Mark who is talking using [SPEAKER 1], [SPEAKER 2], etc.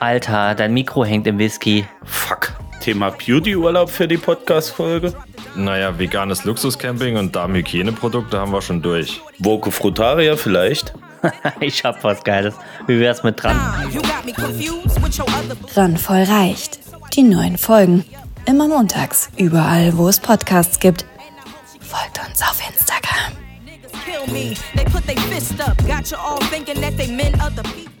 [SPEAKER 1] Alter, dein Mikro hängt im Whisky.
[SPEAKER 2] Fuck.
[SPEAKER 3] Thema Beauty-Urlaub für die Podcast-Folge.
[SPEAKER 2] Naja, veganes Luxuscamping und Darmhygieneprodukte haben wir schon durch.
[SPEAKER 3] Voco Frutaria vielleicht.
[SPEAKER 1] ich hab was Geiles. Wie wär's mit dran?
[SPEAKER 4] You got me confused with your other
[SPEAKER 5] Randvoll reicht. Die neuen Folgen. Immer montags, überall, wo es Podcasts gibt. Folgt uns auf Instagram.
[SPEAKER 4] kill me. They put their fist up, got you all thinking that they men other people.